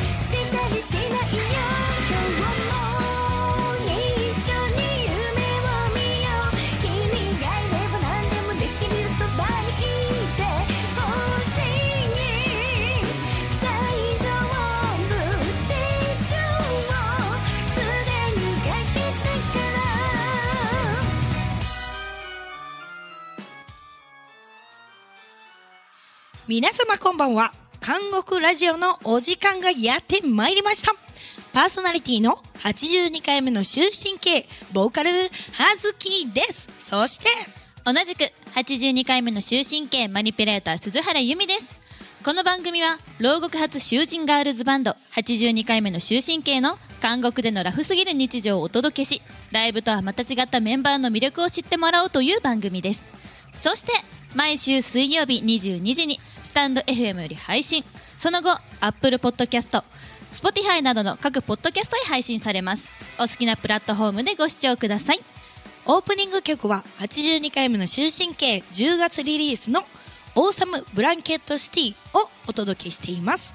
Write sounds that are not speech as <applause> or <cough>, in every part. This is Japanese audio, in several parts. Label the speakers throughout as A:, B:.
A: 接したりしないよ今日も一緒に夢を見よう君がいれば何でもできるそばにいてほしい大丈夫手帳をすでにかけたから
B: 皆様こんばんは監獄ラジオのお時間がやってまいりましたパーソナリティの82回目の終身刑ボーカル葉月ですそして
C: 同じく82回目の終身刑マニピュレーター鈴原由美ですこの番組は牢獄発囚人ガールズバンド82回目の終身刑の監獄でのラフすぎる日常をお届けしライブとはまた違ったメンバーの魅力を知ってもらおうという番組ですそして毎週水曜日22時にスタンド FM より配信その後 Apple Podcast Spotify などの各ポッドキャストへ配信されますお好きなプラットフォームでご視聴ください
B: オープニング曲は82回目の終身刑10月リリースの「オーサムブランケットシティ」をお届けしています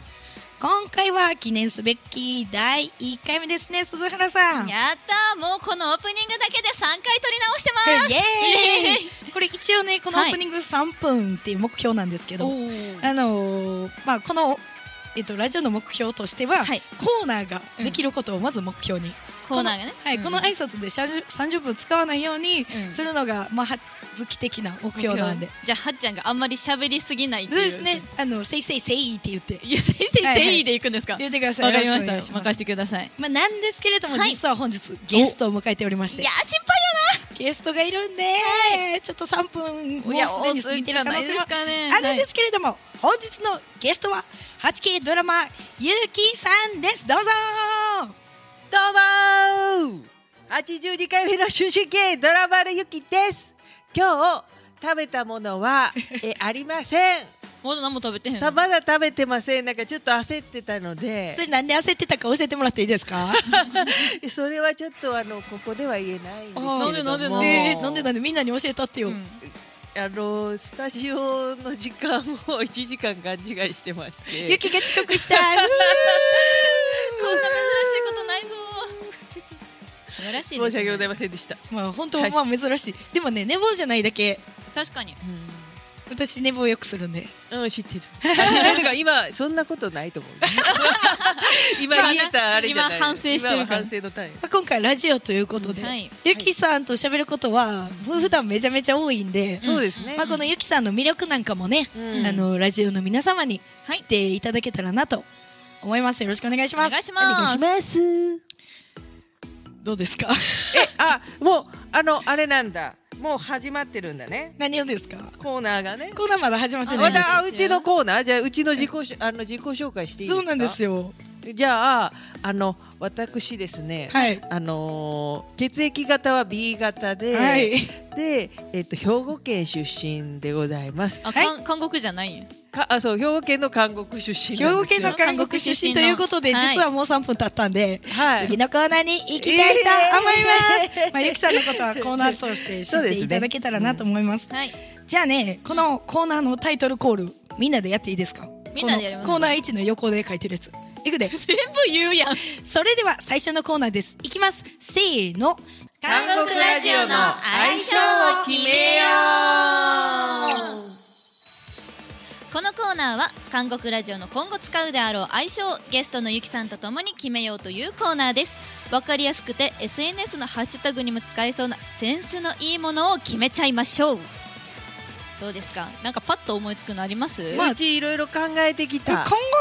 B: 今回は記念すべき第1回目ですね鈴原さん
C: やったーもうこのオープニングだけで3回撮り直してます
B: イエ
C: イエ
B: <laughs> ーイこれ一応ねこのオープニング3分っていう目標なんですけど、
C: ーイ
B: あのーまあ、この、えっと、ラジオの目標としては、
C: はい
B: コーナーができることをまず目標に、
C: <laughs> コーナーがね
B: はいこの挨拶で30 30分使わないように
C: うん
B: するのが、まあ、はずき的な目標なんで。
C: じゃあはっちゃんがあんまり喋りすぎないって
B: そう
C: いう
B: ですね。あの、せいせいせいって言って、
C: いや先生
B: はいはい
C: 誠意でいくんですかわ
B: 言ってください。
C: かり
B: よ
C: ま
B: ろくお願い
C: した任せてくださいい
B: まあ、なんですけれども、
C: はい
B: 実は本日、ゲストを迎えておりまして
C: や、心
B: ゲストがいるんで、ちょっと3分、も
C: 配
B: う
C: やない
B: すでに過ぎてる可能
C: いや多す
B: 性
C: ぎじゃないで
B: も
C: すかね
B: あるんですけれども、本日のゲストは 8K ドラマーゆうきさんですどうぞ
D: どうもー82回目の終身刑ドラマルゆきです今日食べたもの
C: <laughs>
D: はえありませ
C: は
D: ん
C: いまだ何も食べてへんの
D: たまだ食べてませんなんかちょっと焦ってたので
B: それなんで焦ってたか教えてもらっていいです
C: <laughs>
B: か
D: それはちょっとあのここでは言えないんですけれども
C: あーなんでなんでなんで
B: ねえなんでなんでみんなに教えたってよ、
C: うん
D: あのスタジオの時間を1時間勘違いしてまして
B: <laughs> ゆきが遅刻した
D: <laughs>
B: う
C: こんな珍しいことないぞー素晴らしいですね
D: 申し訳ございませんでした、
B: ー <laughs> まあ本当まあ珍しい、でもね寝坊じゃないだけ
C: 確かに
B: 私寝坊よくするんで
D: うん、知ってる。あ知ってるとか、今、そんなことないと思う。 <laughs> 今言えたあれじゃない。
C: 今反省してるから
D: 今は反省のタイム。
B: まあ今回ラジオということで、
C: うんはい
B: ゆきさんと喋ることは普段めちゃめちゃ多いんで、
D: そうですね
B: まあ、。このゆきさんの魅力なんかもね、
D: うん
B: あのラジオの皆様に知っていただけたらなと思いますよろしくお願いし
C: お
B: ます
C: 願いします
D: ます。え、
B: どうですか
D: あ、もう、あの、あれなんだ。もう始まってるんだね。
B: <laughs> 何をですか
D: コーナーがね。
B: コーナーまだ始まって
C: あ
B: な
D: ま
B: いで
D: た
B: す
C: だ、
D: あうちのコーナーじゃあ、うちの自己し、あの、自己紹介していいです
B: そ
D: か
B: うなんですよ
D: じゃあ、あの、私ですね。
B: はい
D: あのー血液型は B 型で、
B: はい
D: で、えっと、兵庫県出身でございます。
C: あ、
B: はい
C: 韓韓国じゃないんや
D: かあそう兵庫県の韓国出身
B: 兵
D: なん
B: 庫
D: です
B: 県
D: よ
B: の韓国出身ということで、
C: はい
B: 実はもう3分経ったんで、
D: はい
B: 次のコーナーに行きたいと思います、
D: え
B: <laughs>
D: ー
B: まあ、ゆきさんのことはコーナー通して知
D: そう
B: っ
D: で
B: て
D: すね
B: いただけたらなと思います <laughs>
C: はい
B: じゃあねこのコーナーのタイトルコールみんなでやっていいですか
C: みんなでやります
B: このコーナー1の横で書いてるやついくで
C: 全部言うやん
B: それでは最初のコーナーですいきますせーの
C: 韓国ラジオの相性を決めよこのコーナーは韓国ラジオの今後使うであろう愛称をゲストのゆきさんと共に決めようというコーナーですわかりやすくて SNS のハッシュタグにも使えそうなセンスのいいものを決めちゃいましょうどうですかなんかパッと思いつくのあります、
D: うちいろいろ考えてき
B: え考
D: た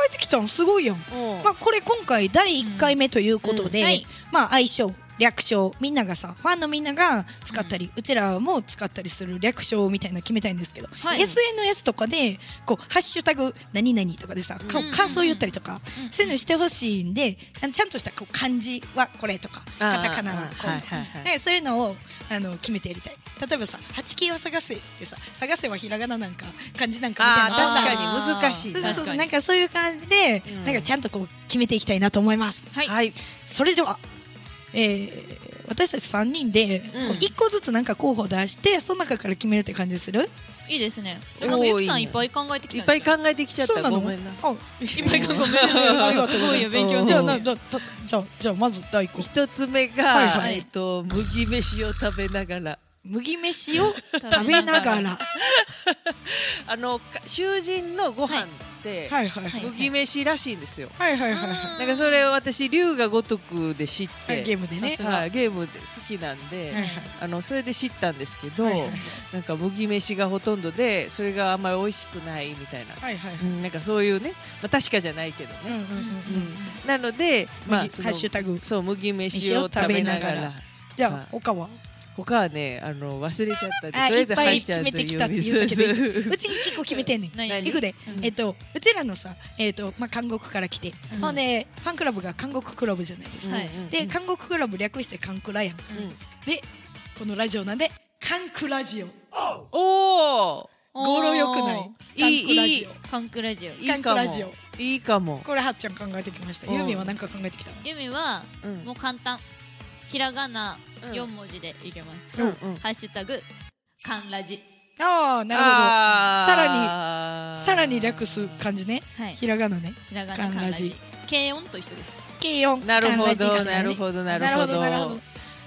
B: えてきたのすごいやん、
D: うん
B: まあ、これ今回第1回目ということで、
C: うんはい
B: まあ相性略称みんながさファンのみんなが使ったり、うちらも使ったりする略称みたいなの決めたいんですけど、
C: はい
B: SNS とかでこう「ハッシュタグ何々」とかでさ、こう
C: うん
B: 感想を言ったりとか、
C: うん
B: そういうのしてほしいんであのちゃんとしたこう漢字はこれとか
D: あー
B: カタカナはこうとか、
D: はいはいはい
B: ねそういうのをあの決めてやりたい例えばさ「8キを探せ」ってさ「探せ」はひらがななんか漢字なんかみたい
D: あ
B: な
D: ー
B: の
C: あー
D: 確かに難しい
B: そう
D: な
B: そうそ
C: 確か
B: う
C: に
B: なんかそういう感じで、
D: うん
B: なんかちゃんとこう決めていきたいなと思います
C: はい、
D: はい
B: それでは、えー私たち3人で
D: うん
B: 1個ずつなんか候補出してその中から決めるって感じする
C: いいですねなんかゆきさんいっぱい考えてき
D: い
C: た
D: っぱい考
C: え
D: えてきちゃっ
B: そう
D: た
B: なの
D: ごめんな
B: あ
C: いっぱい考えごめん
B: ありが
C: な
B: とうございま
C: さい
B: す
C: <laughs> すごいよ勉強に
B: じゃあ
D: う
C: <laughs>
D: ん
B: なだたじゃあじゃあまず第一個
D: 一つ目が、
B: はいはい
D: えっと麦飯を食べながら
B: 麦飯
D: <laughs>
B: を食べながら
D: あのか囚人のご飯って、
B: はいはいはい
C: い
D: 麦飯らしいんですよ、
B: はいはいはい
C: うん
D: なんかそれを私龍が如くで知って、
B: はいゲームでね
C: さすが
D: はいゲームで好きなんで、
B: はいはい
D: あのそれで知ったんですけど、
B: はいはい
D: なんか麦飯がほとんどでそれがあんまり美味しくないみたいな、
B: はいはい
D: うんなんかそういうね、まあ、確かじゃないけど
B: うんうん
D: ね、
B: うんうん
D: なので、ま
B: まあ
D: あ、
B: ハ
D: その
B: ッシュタグ
D: そう麦飯を食べな
B: 飯を食べな
D: が
B: が
D: ら
B: ら。じゃ
D: は
B: あ
D: い
B: 他は
D: 他はね、あの忘れちゃったんで、
B: あ
D: とりあえず
B: いっぱい
D: 入っちゃう
B: 決めてきたって言うけど
D: <laughs>
B: うち結構決めてんねん
C: 何
B: いくで、
C: うん
B: えっと、うちらのさ、えっと、まあ、韓国から来て、
C: うん
B: ほんで、ファンクラブが韓国クラブじゃないですか。
C: はい
B: で、韓国クラブ略して韓クラやん。
C: うん
B: で、このラジオなんで、韓クラジオ。
D: おお、
B: 語呂よくない
D: ー
B: 韓クラジ
C: カンクラジ
B: 韓国ラジ
C: オ
D: いいかも
B: オ。
D: いいかも
B: オ。。これ、はっちゃん考えてきました。
D: うん
B: ユーミンは何か考えてきた。
C: ゆみは
D: うん
C: もう簡単ひらがな
D: うん
C: 四文字でいけます、
D: うんうん
C: ハッシュタグカンラジ
B: ああ、なるほど。
D: さ
B: さらに略す感じね。
C: はい
B: ひらがなね。
C: ひらがな
B: カ
C: カ
B: ン
C: ン
B: ラ
C: ラ
B: ジ
C: ジ軽音と一緒です
B: 軽音。
D: なるほ
B: 漢ラ
D: ど、
B: ジ
D: なるほど、な
B: なるほ
D: るほ
B: ど、なるほど
D: ど。。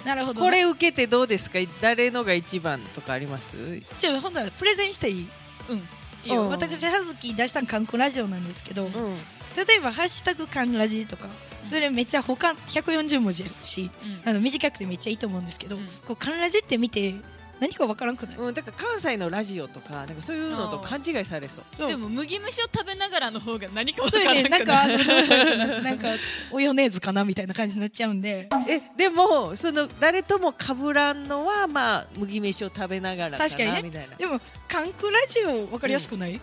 B: なるほど。
D: こ、れ受けてどうですか誰のが一番とかあります
B: ちょ、ほんならプレゼンしていい
C: うんいい
D: うん
C: よ
B: 私、葉月出したん韓国ラジオなんですけど、
D: うん。
B: 例えば「ハッシュタグカンラジ」とかそれめっちゃ他140文字やし
C: うん
B: あの短くてめっちゃいいと思うんですけど、
C: うん
B: こうカンラジって見て何かわからんくない、
D: うん、だから関西のラジオとか、なんかそういうのと勘違いされそう。
C: でも麦飯を食べながらの方が何かわか
B: そう
C: ら
B: や
C: な
B: ねな
C: く
B: んかあ
C: な
B: の
C: い
B: どうしたのかななんかおヨネーズかなみたいな感じになっちゃうんで
D: え、でも、その、誰とも被らんのは、まあ、麦飯を食べながらか
B: 確かに
D: な、
B: ね
D: みたいな。
B: でもカンクラジオわかりやすくない、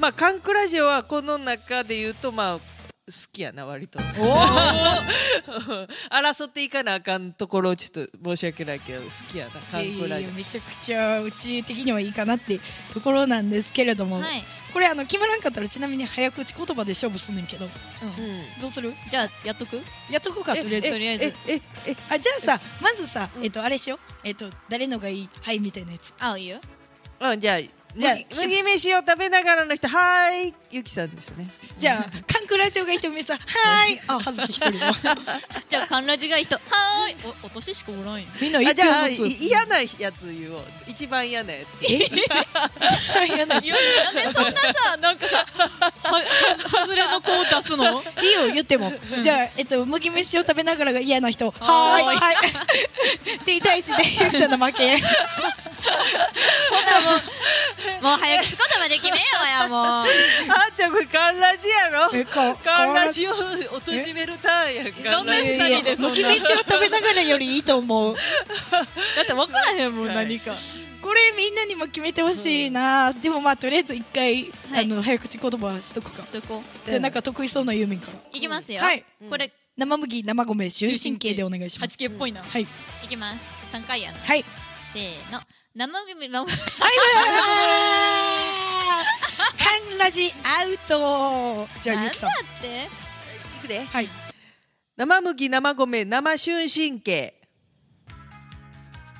D: まあ、カンクラジオはこの中で言うと、まあ、好きやな、割と。 <laughs> 争っていかなあかんところ、ちょっと申し訳ないけど、好きやな、カン
B: いや
D: ク
B: いや
D: ラ
B: い
D: ジ
B: や
D: オ。
B: めちゃくちゃうち的にはいいかなってところなんですけれども、
C: <laughs> はい、
B: これあの決まらんかったらちなみに早口言葉で勝負すんねんけど
C: うん
D: うん。
B: どうする
C: じゃあやっとく
B: やっとこうかとりあえず
C: とりあえず
D: え、え、え、
B: あじゃあさまずさ、
D: うん
B: えっとあれしようえっと誰のがいいはいみたいなやつ
C: あいいよ
D: うん、じゃあ、
B: じゃあ
D: 麦麦飯を食べながらの人、はーい、ゆきさんですね。
B: じゃあカンクラジオがいいと思いますはー <laughs> いあはずき一人
C: じゃあカンラジがいい人は <laughs> ーいおお年しかおらんよ
B: みんな
D: あ
B: 一
D: じゃあ、
B: 票
D: い
B: ずつ
D: 嫌なやつ言おう。一番嫌なやつ。
B: 嫌ない
C: いやなんでそんなさなんかさはは外れの子を出す <laughs> の
B: いよ言っても、
C: うん
B: じゃあえっと麦飯を食べながらが嫌な人はーい
C: はーい
B: <laughs> はいで1対1でゆきさんの負 <laughs> け
C: もう早口言葉できねえわやもう
D: <laughs> あんちゃん、これ、カンラジやろ
B: か
D: カン
B: <laughs>
D: ラジを貶としめるターンやんか
C: どんな二人でそんな
B: 麦飯を食べながらよりいいと思う
C: だって分からへんもん
D: はい
C: 何か
B: これみんなにも決めてほしいな、でもまあとりあえず一回、
C: は
B: あ
C: い
B: の早口言葉しとくか
C: しとこ
B: でなんか得意そうなユーミンから
C: ういきますよ
B: はい
C: これ
B: 生麦生米終身刑でお願いします
C: 8K っぽいな
B: はい
C: いきます3回やな
B: はい
C: せーの生組の
B: カンラジアウトじゃあ
C: なん
B: ゆ
C: だ
B: きさん
C: って
D: いくで。
B: はい
D: 生麦、生米、生春神経。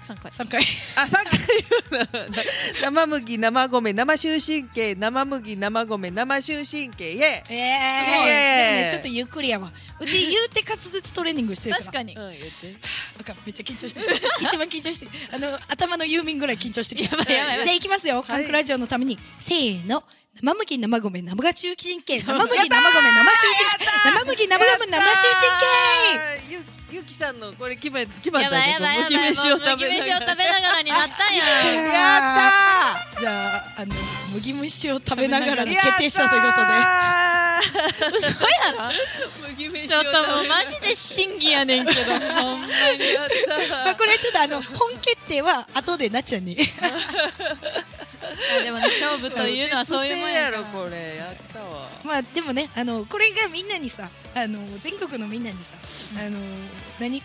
C: 3回
B: 3回
D: あ、3回言うな。生麦、生米、生春神経、生麦、生米、生春神経。イェ
B: え
D: ごい
B: えちょっとゆっくりやわうち言うて滑舌トレーニングしてるから
C: 確かに
D: ーイ。うん、言って。
B: あかんめっちゃ緊張してる一番緊張してるあの頭のユーミンぐらい緊張してる
C: やばいやばいやばい
B: じゃあいきますよカンクラジオのために、せーの生麦生米生が中期神経生麦生米生中生麦生米生中神経
D: 経ゆゆきさんのこれ決め決まっ
C: や
D: た
C: ばい
D: ね
C: やばいやばい
D: 麦飯
C: も
D: を
C: う
D: 食
C: 麦
D: べな
C: 飯を
D: がら
C: 食べながらになったやん
B: べ
D: やっ
B: じゃああの麦虫を食べながら
D: たー
B: の決定したということ
D: やった
C: 嘘やろ
D: ー麦飯
C: ちょっともうマジで審議やねんけどほんまに
D: ジやった
B: で、まあ、これはちょっとあの本決定は後でなっちゃんに
C: あでもね勝負というのはそういうもんや
D: や
C: から
D: ろこれやったわ
B: まあでもねあのこれがみんなにさあの全国のみんなにさあの何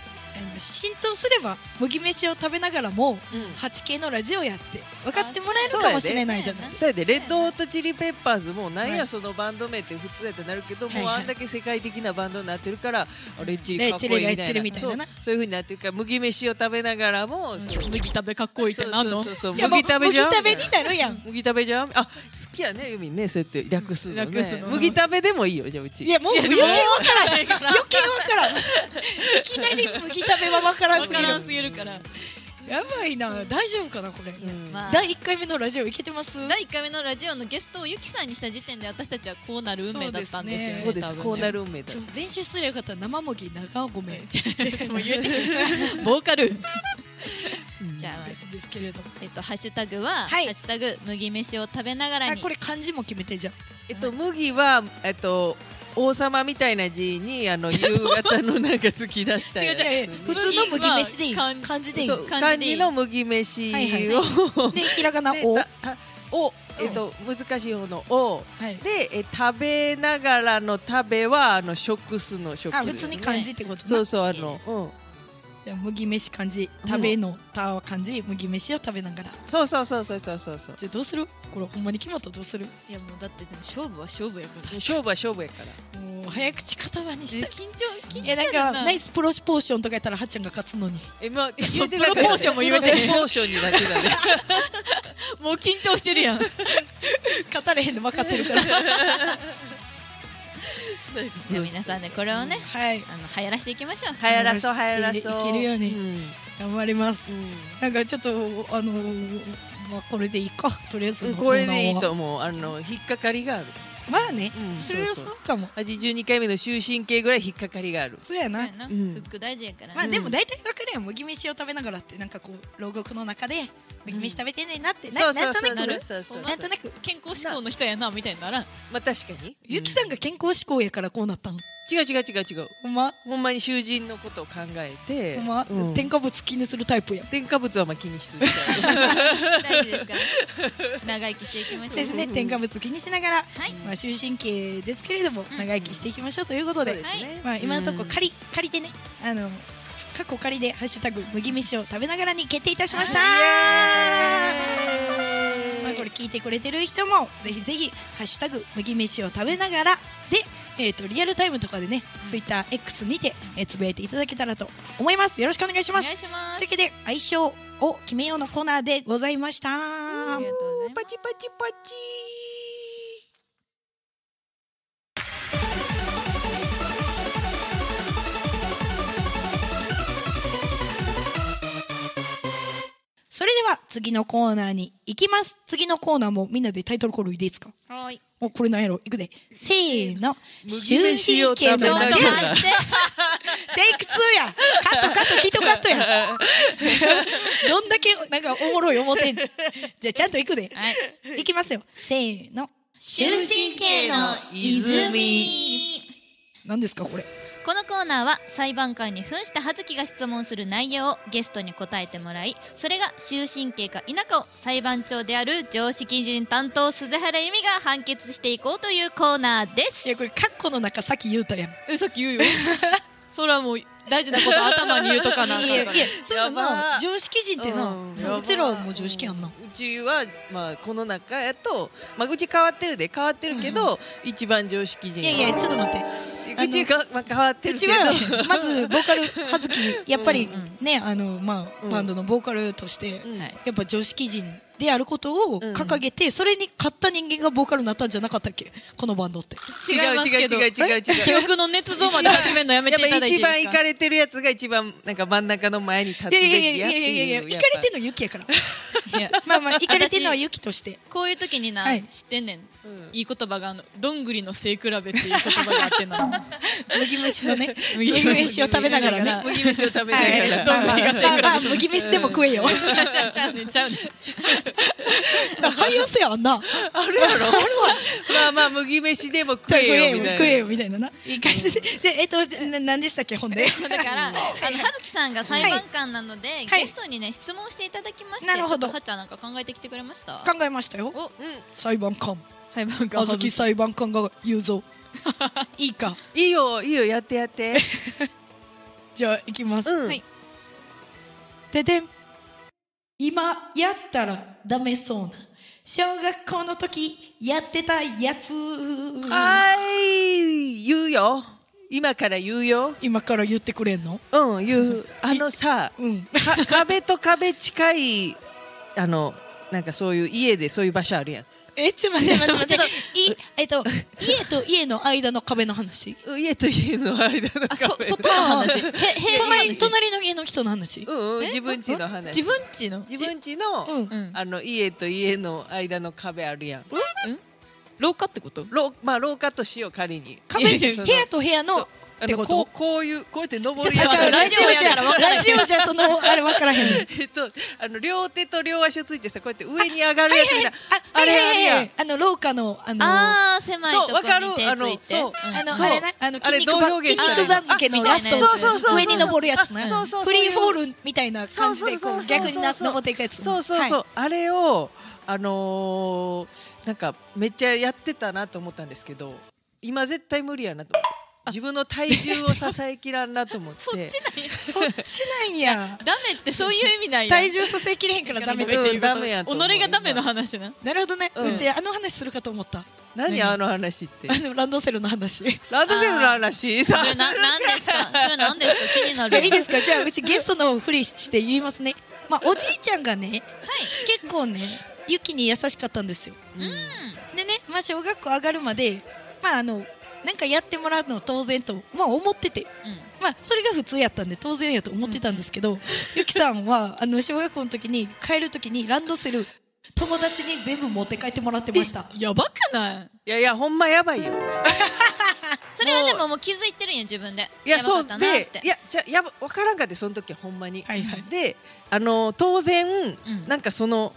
B: 浸透すれば麦飯を食べながらも
D: うん、
B: 8K のラジオやって分かってもらえるかもしれないじゃない
D: そうやでレッドホットチリペッパーズもなん
B: はい
D: やそのバンド名って普通やってなるけど、
B: はい
D: もう
B: はい
D: あんだけ世界的なバンドになってるからあレッチリ
B: レッ
D: かっ
B: チ
D: こ
B: リ
D: いいみ
B: レッチ
D: たい
B: リ
D: な
B: みたいなな
D: そうそういう風になってるから麦飯を食べながらも、そう
B: 麦食べかっこいいってなんの
D: そうそうそうそう
B: いやもう
D: 麦食べじゃん
B: 麦食べになるやん
D: 麦食べじゃんあ好きやねユミンねそうやって略すのね
B: 略すの
D: 麦食べでもいいよじゃあうち
B: いやもう余計分からへん余計分からんいきなり麦食べは分からんすぎる
C: わからんすぎるから
B: やばいな大丈夫かなこれ、
D: うん
C: まあ
B: 第1回目のラジオいけてます
C: 第1回目のラジオのゲストをゆきさんにした時点で私たちはこうなる運命だったんです
B: そ
C: よ
D: そ
C: ね
D: うで
C: 多
D: す
C: 分
D: こうなる運命だ
B: ちょ練習すればよかった生麦長ご <laughs> めん
C: もう
B: <laughs>
C: 言うてボーカル
D: うん
C: じゃあ
B: ですけれども
C: えっとハッシュタグは、
B: はい
C: ハッシュタグ麦飯を食べながら
B: あ
C: に
B: これ漢字も決めてじゃん
D: えっと麦はえっと王様みたいな字にあの夕方のなんか突き出したやつ
B: 違う違う普通の麦飯でいい
C: 麦は漢
B: 漢字でいい
D: そう
B: で
D: 漢字の麦飯を、
B: はいはひらがな
D: <laughs> で
B: お
D: たたおえっと、難しい方の「お」
B: はい
D: でえ食べながらの「食べは」あの食すの食
B: あ
D: で
B: 別
D: す
B: に漢字ってこと
D: そ
B: な
D: うそうあ
C: いい
D: の
C: で、す
D: うん、
B: じゃあ麦飯漢字食べのたは漢字麦飯を食べながら
D: そうそうそうそうそうそうそう
B: じゃあどうするこれほんまに決まったらどうする
C: いやもうだってでも勝負は勝負やから
D: 勝負は勝負やから
B: もう早口言葉に
C: 緊
B: したい
C: 張緊張
B: いやなん
C: しちゃ
B: か
C: う
B: ナイスプロシポーションとかやったらはっちゃんが勝つのに <laughs>
D: えまあ言うて
C: プロポーションも言うて
D: プロポーションになってたね
C: もう緊張して
B: <laughs>
C: るやん
B: 勝たれへんの分かってるから
C: でも皆さんねこれをね
B: はい
C: あの流行らしていきましょう
D: 流行らそう流行らそう
B: いけるよね
D: うん
B: 頑張ります
D: うん
B: なんかちょっとあのーまあこれでいいかとりあえずの
D: これでいいと
B: コーナーは
D: 思うあの引っかかりがある、
B: まあね
D: うん、
B: それはそうかも
D: 82回目の終身刑ぐらい引っかかりがある
B: そうや
C: そう
B: な
C: やなフ
D: うん
C: ック大事やから
B: まあ
C: ね
B: でも大体わかるやん麦飯を食べながらってなんかこう牢獄の中で麦飯食べてんねんなって
D: そ
B: な
D: う
B: なん
D: そう
B: と
D: そ
B: な
D: う
B: く
D: そ
B: なる
D: うそうそう
B: なんとなく
C: 健康志向の人やなみたいにならん
D: まあ確かに
B: ゆきさんが健康志向やからこうなったん
D: 違う違う違う違う
B: ほんま
D: ほんまに囚人のことを考えて
B: ほんま
D: うん
B: 添加物気にするタイプやん
D: 添加物はあんま気にしすぎない
C: 大事ですから
B: <laughs>
C: 長生きしていきましょう
B: ですね添加物気にしながら
C: はい
B: まあ終身刑ですけれども
C: ん
B: 長生きしていきましょうということ
D: そう
B: で
D: ですね
B: まあ今のとこ
D: うん
B: 仮仮でねあの過去仮でハッシュタグ麦飯を食べながらに決定いたしましたまあ、これ聞いてくれてる人もぜひぜひ「ハッシュタグ麦飯を食べながらで」えーとリアルタイムとかでね、
C: うん
B: TwitterX にて、えーつぶやいていただけたらと思いますよろしくお願いし
C: お
B: ます
C: 願いしま
B: というわ
C: す
B: けで相性を決めようのコーナーでございました
C: ありがとうございます
D: パチパチパチ
B: それでは次のコーナーに行きます次のコーナーもみんなでタイトルコールいいですか
C: はーい
B: もうこれなんやろいくでせーの終
D: 麦
B: 身
D: 飯を
B: 刑
D: 食
B: の
D: べ
C: ちょっ
D: な
C: と
D: が
B: 中
D: ら
B: で
C: 待って
B: テイク2やカットカットキットカットやどんだけなんかおもろい思てんじゃあちゃんと行くで
C: は
B: <laughs>
C: い
B: いきますよせーの
C: 終身刑の泉
B: 何ですかこれ
C: このコーナーは裁判官に扮した葉月が質問する内容をゲストに答えてもらいそれが終身刑か否かを裁判長である常識人担当鈴原由美が判決していこうというコーナーです
B: いやこれカッコの中さっき言うたやんい
C: えさっき言 <laughs> うよそれはもう大事なこと頭に言うとか
B: やいやそういうの
D: やば
B: な
D: ー
B: 常識人ってな、う
D: うん
B: うちらはもう常識やんな、
D: うちは、まあ、この中やと、まあ、うち変わってるで変わってるけど、一番常識人
B: いやいやちょっと待って
D: うちが、まあ、変わって
B: う
D: るけ
B: ち
D: ど
B: はまずボーカル葉月やっぱり
C: うんうん
B: ね、あのまあ
D: うん
B: バンドのボーカルとして、
D: うん
C: はい
B: やっぱ常識人であることを
D: うん
B: 掲げて、それに勝った人間がボーカルになったんじゃなかったっけこのバンドって
C: 違いますけど
D: 違う違う違う違う違う
C: 記憶の捏造まで始めるのやめ
D: やって
C: い
D: ぱ
C: ただいてい
D: 一
C: いですか
D: 番いかれてるやつが一番なんか真ん中の前に立つ
B: い
D: べ
B: やいやいや
D: きやっ
B: い
D: て
B: や
D: いう
B: いやいやい
D: やっ
B: か
D: ぱ
B: れてんのユキやから
C: いや
B: まあまあいかれてんのはユキとして
C: こういう時にな、
B: はい
C: 知ってんねん
D: うん
C: いい言葉があのどんぐりの背比べっていう言葉があってな
B: 麦飯の <laughs> ね
C: 麦
B: 麦
C: 飯
B: 飯を食べながらね
C: 麦
D: 麦飯を
B: <laughs>
D: 食べなが
B: はい
D: ら、
B: まあまあ
C: どんぐりが背比べ
B: まあまあ麦飯でも食えよ
C: ちゃうねんちゃうねん
B: 汎用性あんな
D: あるやろまあまあ麦飯でも食
B: 食え
D: え
B: よ
D: よみたいな
B: 食えよみたいなないい感じででえっとな何でしたっけほん <laughs> で
C: だから、あの、葉月さんが裁判官なので、
B: はい
C: ゲストにね、質問していただきまして。
B: なるほど
C: ちょっとはっちゃんなんか考えてきてくれました。
B: 考えましたよ
C: お、
D: う
B: 裁判官
C: 裁判官。
B: あずき裁判 <laughs> 官が言うぞいいか
D: んいいよいいよやってやって
B: じゃあ、いきます。
D: うん、
C: はい
B: ででん今やったらダメそうな小学校の時やってたやつ
D: はい言うよ今から言うよ
B: 今から言ってくれんの
D: うん言うあのさ
B: うん
D: か壁と壁近いあのなんかそういう家でそういう場所あるやん
B: え <laughs> ちょっと待って待って待っていえっと家と家の間の壁の話
D: 家と家の間の
C: あそ
D: 壁
C: 外の話へへ
B: 隣隣の家の人の話
D: うんうん
C: え
D: 自分家の話
C: 自分ちの
D: 自分家の、
B: うん
C: うん
D: あの家と家の間の壁あるやん
C: 廊下ってこと
D: 廊まあ廊下としよう仮に
B: 壁
C: <laughs> いやい
B: じ
D: や
B: 部屋と部屋
D: そう
B: の
D: あ
B: って
D: の
B: こと
D: こうこういうこうやって登る
C: ちょっと待って
D: や
C: ラジオやから分からへん
B: ラジオじゃそのあれ分からへんねん
D: つ <laughs> えっとあの両手と両足をついてさこうやって上に上がるやつみたいな
B: はいはいはい
D: あれあれやん
B: あの廊下のあの
C: あー狭いとこ
D: そうわかる
C: に手ついて
D: あのそう
B: あの
D: そう
B: あれなあの
D: あれ
B: 筋肉
D: どう
B: ば
D: 表
B: 筋
D: 現
C: したらいい
B: 肉番付のラスト
C: あそうそうそう
B: 上に登るやつな
C: あ
D: そうそうそう
B: フリーフォールみたいな感じでこ
D: そう
B: う
D: そうそうそう
B: 逆にな登っていくやつ
D: そうそうそう、
B: は
D: あれをあのーなんかめっちゃやってたなと思ったんですけど今絶対無理やなと思って自分の体重を支えきらんなと思っ
C: <laughs> そっちなん
D: て
C: や
B: いそっちなんや
C: ダメってそういう意味ないや
B: 体重させきれへんからダメっていう
D: うんダメやと
C: 己
D: 思う
C: がダメの話な
B: なるほどね
D: うん
B: うちあの話するかと思ったあ
D: 何あの話って
B: のランドセルの話い
D: ランドセルの
C: <laughs>
D: 話さ
C: それな
D: <laughs>
C: なんですかそれなんですか気になる
B: いですかじゃあうちゲストのふりして言いますねまあおじいちゃんがね結構ねユキに優しかったんですよでね、まあ、小学校上がるまで、まあ、あのなんかやってもらうのは当然と、まあ、思ってて、
C: う
B: まあ、それが普通やったんで当然やと思ってたんですけど、ゆきさんはあの小学校の時に帰る時にランドセル友達に全部持って帰ってもらってました。
C: んやばくない
D: いやいやほんまやばいよ
C: それはでももう気づいてるんや自分で
D: いや
C: ば
D: そ
C: かっ
D: うで
C: たなって
D: いやじゃやばわからんかってその時はほんまに、
B: はいはい
D: であのー当然、
C: うん
D: なんかその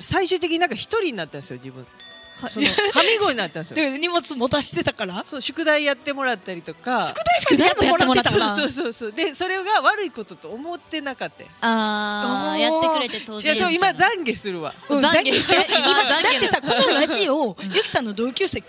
D: 最終的になんか一人になったんですよ自分
C: はい
D: そのはみごになったんですよ
B: で荷物持たしてたから
D: そう宿題やってもらったりとか
B: 宿題までやってもらって
C: 宿題もやって
B: た
C: もらっ
D: そうそうそうでそれが悪いことと思ってなかったよ
C: あーやってくれて当
D: 違う
C: 然
D: そう今懺悔するわ
B: うん
C: 懺
B: 懺
C: 悔
B: 悔して
C: 今
B: 今 <laughs> だ
C: 懺悔
B: ってさこのラジオをゆきさんの同級生聞いて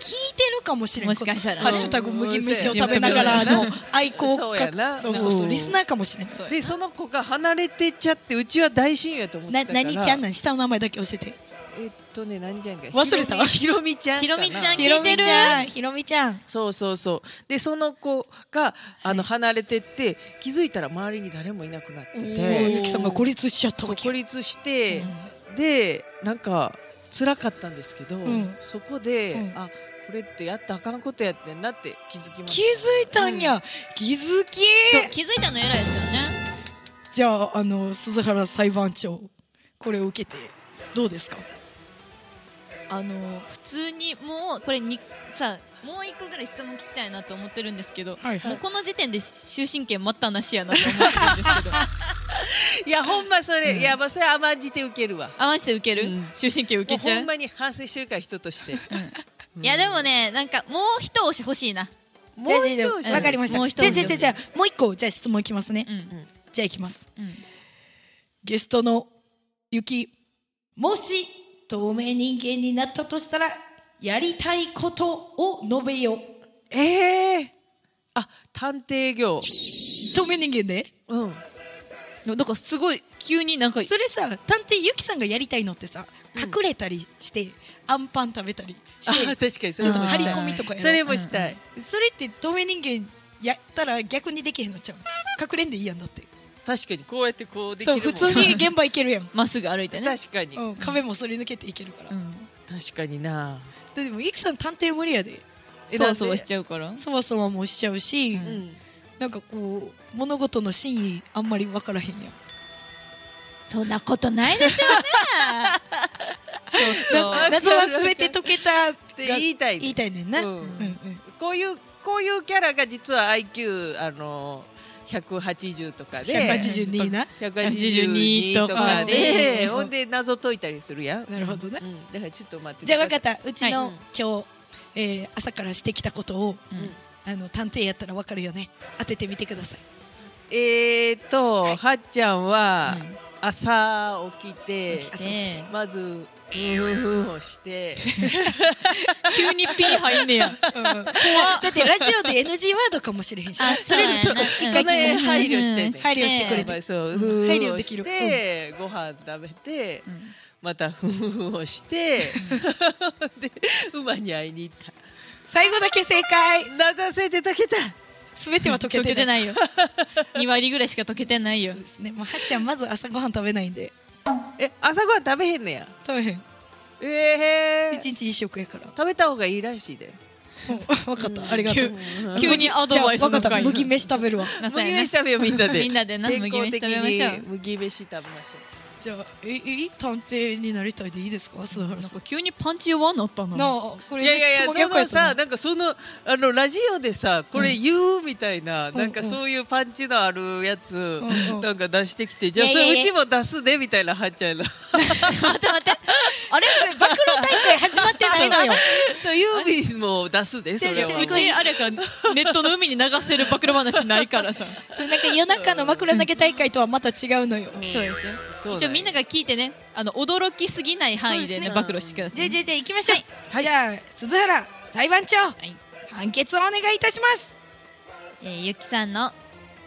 B: るかもしれん
C: もしかしたら
B: ハッシュタグ麦飯を食べながらの愛好
D: そう
B: 家
D: やな
B: そうそうそう
D: うん
B: リスナーかもしれん
C: そうや
D: でその子が離れてっちゃってうちは大親友やと思って
B: な
D: たから
B: 何ちゃんなん下の名前だけ教えて
D: えっとね何ちゃんか
B: 忘れた
D: ひろみひろみちゃんかな
C: ひろみちゃん聞いてる
B: ひろみちゃん
D: そうそうそうでその子があの離れてって気づいたら周りに誰もいなくなって
B: もう
D: て
B: ゆきさんが孤立しちゃった
D: そう
B: わけ
D: 孤立して
B: うん、
D: でなんか辛かったんですけど、
B: ん
D: そこで、
B: うん
D: あこれってやったらあかんことやってんなって気づきま
B: 気づ
D: し
B: いたんや気づき
C: そう気づいたの偉いですよね
B: じゃああの鈴原裁判長これを受けてどうですか
C: あの普通にもうこれにさもう一個ぐらい質問聞きたいなと思ってるんですけど、
B: はいはい
C: もうこの時点で終身権待ったなしやなと思
B: <laughs>
C: ってるんですけど
D: たいやほんまそれ、いやまあそれ甘んじて受けるわ
C: 合わせて受ける、
D: うん
C: 終身権受け
D: も
C: ち
D: う
C: ゃ
D: ほ
C: うん
D: まに反省してるから人とし
B: <laughs>
D: て
C: いやでもねなんかもう一押し欲しいな
D: もう一
B: じゃあ
D: 度
B: じゃあわかりました
C: もう一押
B: じゃ
C: し
B: あじゃあじゃあじゃあもう一個じゃあ質問いきますね
C: うん、
B: じゃあいきます
C: うん
B: ゲストのゆきもし透明人間になったとしたらやりたいことを述べよ
D: ええあ探偵業
B: 透明人間で
D: うん
C: だからすごい急になんか
B: それさ探偵ゆきさんがやりたいのってさ隠れたりして、アンパン食べたり
D: あ
B: して
D: 確かにそれ
B: ちょっと
D: も
B: 張
D: し
B: り
D: たい
B: 込みとかやろ
D: それもしたい、
B: それって透明人間やったら逆にできへんのちゃう隠れんでいいやんだって
D: 確かにこうやってこうできる
B: そ
D: も
B: うん普通に現場行ける <laughs> やん、
C: まっすぐ歩いてね、
D: 確かに、
B: うん、壁もすり抜けていけるから、
C: う
B: だ
C: ん、
D: 確かにな
B: ってでもゆきさん探偵無理やで
D: え
C: そわそわし
D: ゃ
C: ちゃうから
B: そわそわもしちゃうし、
C: うん
D: うん
B: なんかこう物事の真意あんまり分からへんやん
C: そんなことないですよね <laughs> そうそう
D: なんか
B: 謎は全て解けたって
D: って言いたい
B: 言いたいねんな、
D: う
B: うんんうん
D: こういうこういうキャラが実は IQ あの180とかで
B: 182な
D: 182とかで
B: うん
D: ほんで謎解いたりするやん、うん、
B: なるほどね
D: だからちょっと待って
B: じゃあ分かったうちの、
C: はい
B: 今日、えー朝からしてきたことを、
C: うん
B: あの探偵やったら分かるよね当ててみてください
D: えーとはっちゃんは
C: うん
D: 朝起きて
C: 起きて
D: まずうんうんうんをして
C: 急にピー入んねや。
B: だ
C: <laughs>
B: ってラジオで NG ワードかもしれへんし。
C: あ、そうやな。
B: 一
D: そ
B: 回
D: の辺配慮してね
B: 配慮してくれて
D: やっぱりそううん
B: 配
D: うん
B: 慮
D: を
B: でき
D: し
B: る
D: てご飯食べて
C: うん
D: またふんふんをして <laughs> で馬に会いに行った
B: 最後だけ正解。
D: 謎忘れて解けた
B: すべては解け
C: 溶
B: て
C: け
B: な
C: て
B: い。
C: ないよ。2割ぐらいしか溶けてないよ
B: そう。ですね。もうはっちゃんまず朝ごはん食べないんで。
D: え朝ごはん食べへんのや
B: 食べへん。
D: ええ
B: 一日一食やから。
D: 食べた方がいいらしいで
B: わかった。ありがとう。
C: 急にアドバイス
B: じゃあわか
C: の
B: った。
C: 回
B: 麦飯食べるわ。
C: なさ
D: 麦
C: やな
D: 飯食べようみんなで
C: みんなでな
D: 健康的に
C: 麦飯食べましょ
D: 麦飯食べましょ
B: じゃあ、え、え、探偵になりたいでいいですか須
C: なん
B: 原さ
C: か急にパンチ弱なった
B: ん。
C: な。
B: なあ、こ
D: う
B: れ
D: いやいやい
B: 質
D: や
B: 問逆
D: そ
B: や
D: の
B: ったな
D: さなんかそのあのラジオでさこれ言うみたいな、
B: ん
D: なんかそういうパンチのあるやつ、
B: んうん
D: なんか出してきてじゃあ
B: い
D: そ
B: やいやい
D: れ
B: や
D: うちも出すねみたいなはっちゃん
C: <laughs>
D: の
C: 待って待って。あれ
B: 暴露大会始まってないのよ。
D: <laughs> そうユーミンも出すねそれ
B: いや
C: う
D: は
C: ちあれやからネットの海に流せる暴露話ないからさ。
B: それなんか夜中の枕投げ大会とはまた違うのよ。
C: そうですよ。
D: そう
C: 一
D: だよ
C: 応みんなが聞いてね、あの驚きすぎない範囲でね
B: そう
D: ですね
C: 暴露してくださ
B: じゃ
C: い。
B: あじゃあじゃあ行きましょう。じゃあ、鈴原裁判長、
C: はい
B: 判決をお願いいたします。
C: えーゆきさんの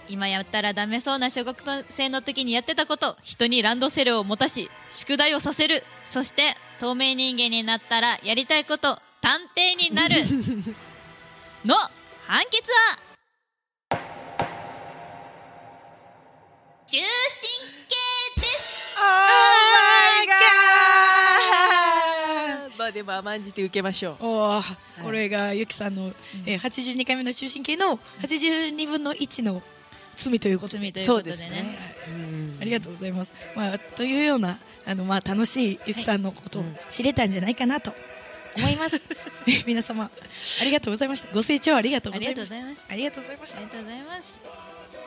C: 今やったらダメそうな小学生の時にやってたこと人にランドセルを持たし宿題をさせるそして透明人間になったらやりたいこと探偵になるの判決は中心系です
D: まあでも甘んじて受けましょう
B: おーこれがゆきさんの、えー、82回目の終身刑の82分の1の罪ということで
C: 罪という
D: そ
C: こ
D: う
C: と
D: で
C: です
D: ね
C: ね
B: ありがとうございます、まあ、というようなあの、まあ、楽しいゆきさんのことを
D: うん
B: 知れたんじゃないかなと思い <laughs> ます、皆様ありがとうございましたご清聴ありがとうご
C: あ
B: ざ
C: り
B: い
C: がとう
B: ました
C: ございました
B: ありがとうございました
C: ありがとうございます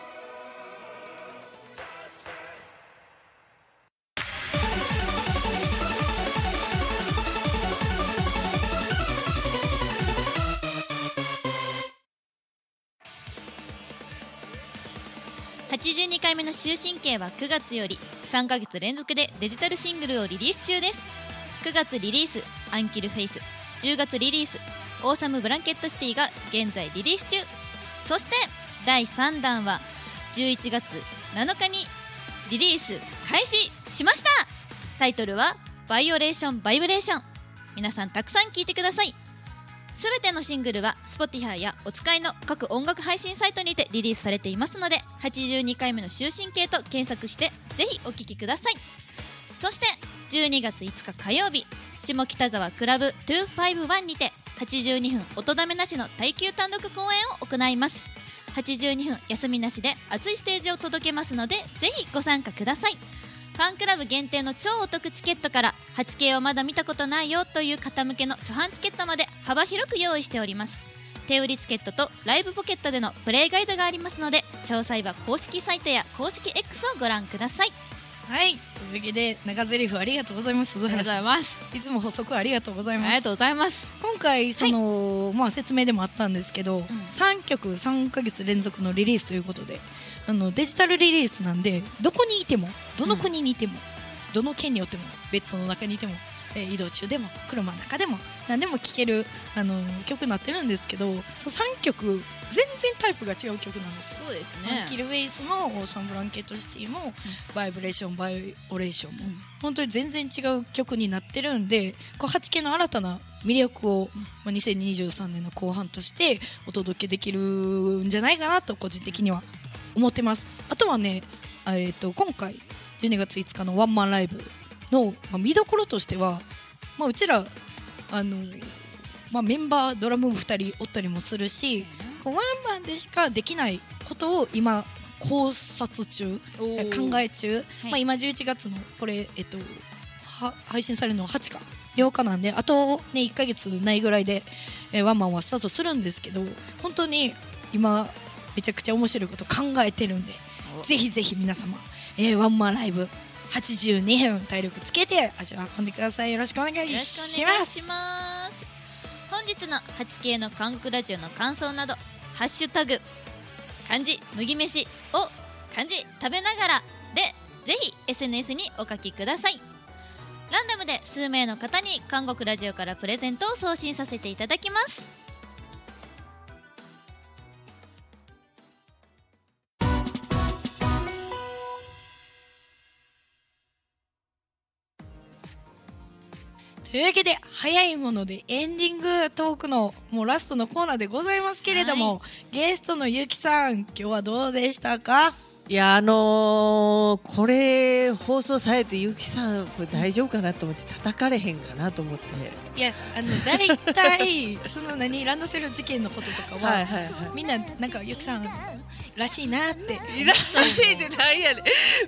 C: 82回目の終身刑は9月より3ヶ月連続でデジタルシングルをリリース中です9月リリース「アンキルフェイス」10月リリース「オーサムブランケットシティ」が現在リリース中そして第3弾は11月7日にリリース開始しましたタイトルは「バイオレーション・バイブレーション」皆さんたくさん聴いてくださいすべてのシングルは Spotify やお使いの各音楽配信サイトにてリリースされていますので82回目の終身刑と検索してぜひお聴きくださいそして12月5日火曜日下北沢クラブ251にて82分音だめなしの耐久単独公演を行います82分休みなしで熱いステージを届けますのでぜひご参加くださいファンクラブ限定の超お得チケットから 8K をまだ見たことないよという方向けの初版チケットまで幅広く用意しております手売りチケットとライブポケットでのプレイガイドがありますので詳細は公式サイトや公式 X をご覧ください
B: はいというわけで長ゼリフありがとうございます鈴原さ
C: います
B: んいつも補足ありがとうございます
C: とうございます
B: 今回その、まあ、説明でもあったんですけど、3曲3ヶ月連続のリリースということであのデジタルリリースなんでどこにいてもどの国にいても、どの県によってもベッドの中にいても、えー移動中でも車の中でも何でも聴けるあの曲になってるんですけどそ3曲全然タイプが違う曲なんです
C: そうです
B: アンキルウェイスもオーサンブランケットシティも、バイブレーションバイオレーションも、
C: うん
B: 本当に全然違う曲になってるんでこう8系の新たな魅力を、まあ、2023年の後半としてお届けできるんじゃないかなと個人的には思ってますあとはね、あえー、と今回12月5日のワンマンライブの、まあ、見どころとしては、まあ、うちらあの、まあ、メンバードラム2人おったりもするしこうワンマンでしかできないことを今考察中
C: おー
B: 考え中、
C: はい
B: まあ、今11月のこれ、えっと、は配信されるのは8か8日なんであと、ね、1ヶ月ないぐらいで、えーワンマンはスタートするんですけど本当に今めちゃくちゃ面白いこと考えてるんで
C: お
B: ぜひぜひ皆様、えーワンマンライブ82分体力つけて足を運んでくださいよろしくお願い
C: よろし
B: し
C: くお
B: ま
C: 願い
B: す
C: します本日の 8K の韓国ラジオの感想など「ハッシュタグ漢字麦飯」を漢字食べながらでぜひ SNS にお書きくださいランダムで数名の方に韓国ラジオからプレゼントを送信させていただきます
B: というわけで早いものでエンディングトークのもうラストのコーナーでございますけれども、ゲストのゆきさん今日はどうでしたか
D: いやあのーこれ放送されてゆきさんこれ大丈夫かなと思って叩かれへんかなと思って
B: いやあの大体その何ランドセル事件のこととかは、
D: はいはいはい
B: みんななんかゆきさんらしいなって
D: いらっしゃいってなんやね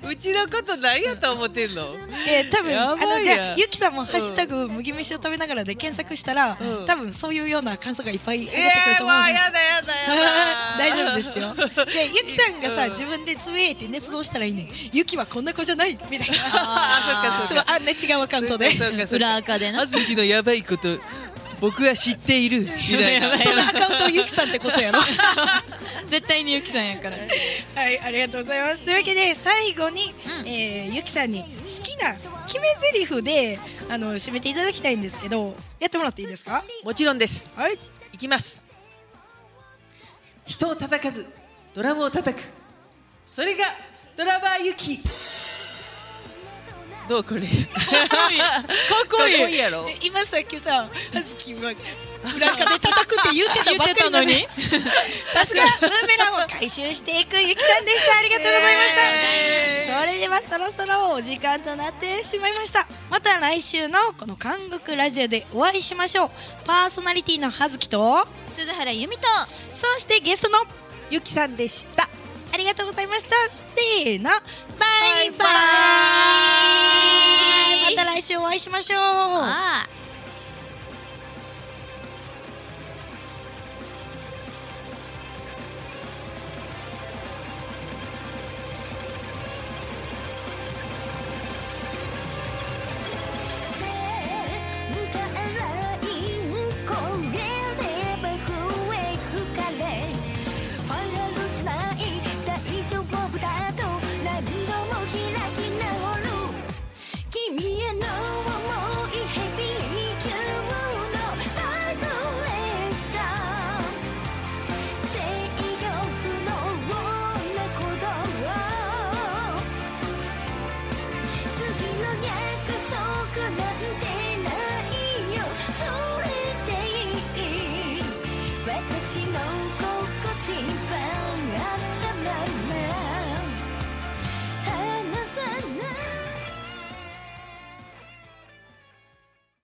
D: んうちのことなんやと思ってんの
B: えー多分
D: や
B: あ
D: ばいやん
B: のじゃあゆきさんも「ハッシュタグ麦飯を食べながら」で検索したら、
D: うん
B: 多分そういうような感想がいっぱい出てく
D: え
B: る
D: え
B: と
D: もう
B: 思うんで
D: やだやだやだ
B: <laughs> 大丈夫です <laughs> よでゆきさんがさ
D: うん
B: 自分でつぶやいて捏造したらいいねんゆきはこんな子じゃないみたいな
D: あーそっかそ
B: そ
D: っ
B: う
D: か
B: あんな違うアカウントで
D: そうかそう
C: 裏
D: か
C: 垢でな
D: あずきのやばいこと僕は知っているみたいな <laughs>
B: そのアカウントをゆきさんってことや <laughs> ろ
C: 絶対にゆきさんやから
B: はいありがとうございますというわけで最後に、
C: うん
B: えーゆきさんに好きな決め台詞であの締めていただきたいんですけどやってもらっていいですか
D: もちろんです
B: はい
D: いきます人を叩かずドラムを叩くそれがドラバーゆきどうこれかっ
C: こいい
D: かっこいいやろ
B: で今さっきさはずきは裏垢で叩くって言ってたばっかりなのにさすがブーメランを回収していくゆきさんでしたありがとうございました、それではそろそろお時間となってしまいましたまた来週のこの韓国ラジオでお会いしましょうパーソナリティのはずきと
C: 鈴原由美と
B: そしてゲストの
D: ゆきさんでした
B: ありがとうございましたせーのバイバイ
C: バイバイ
B: また来週お会いしましょう
C: ああ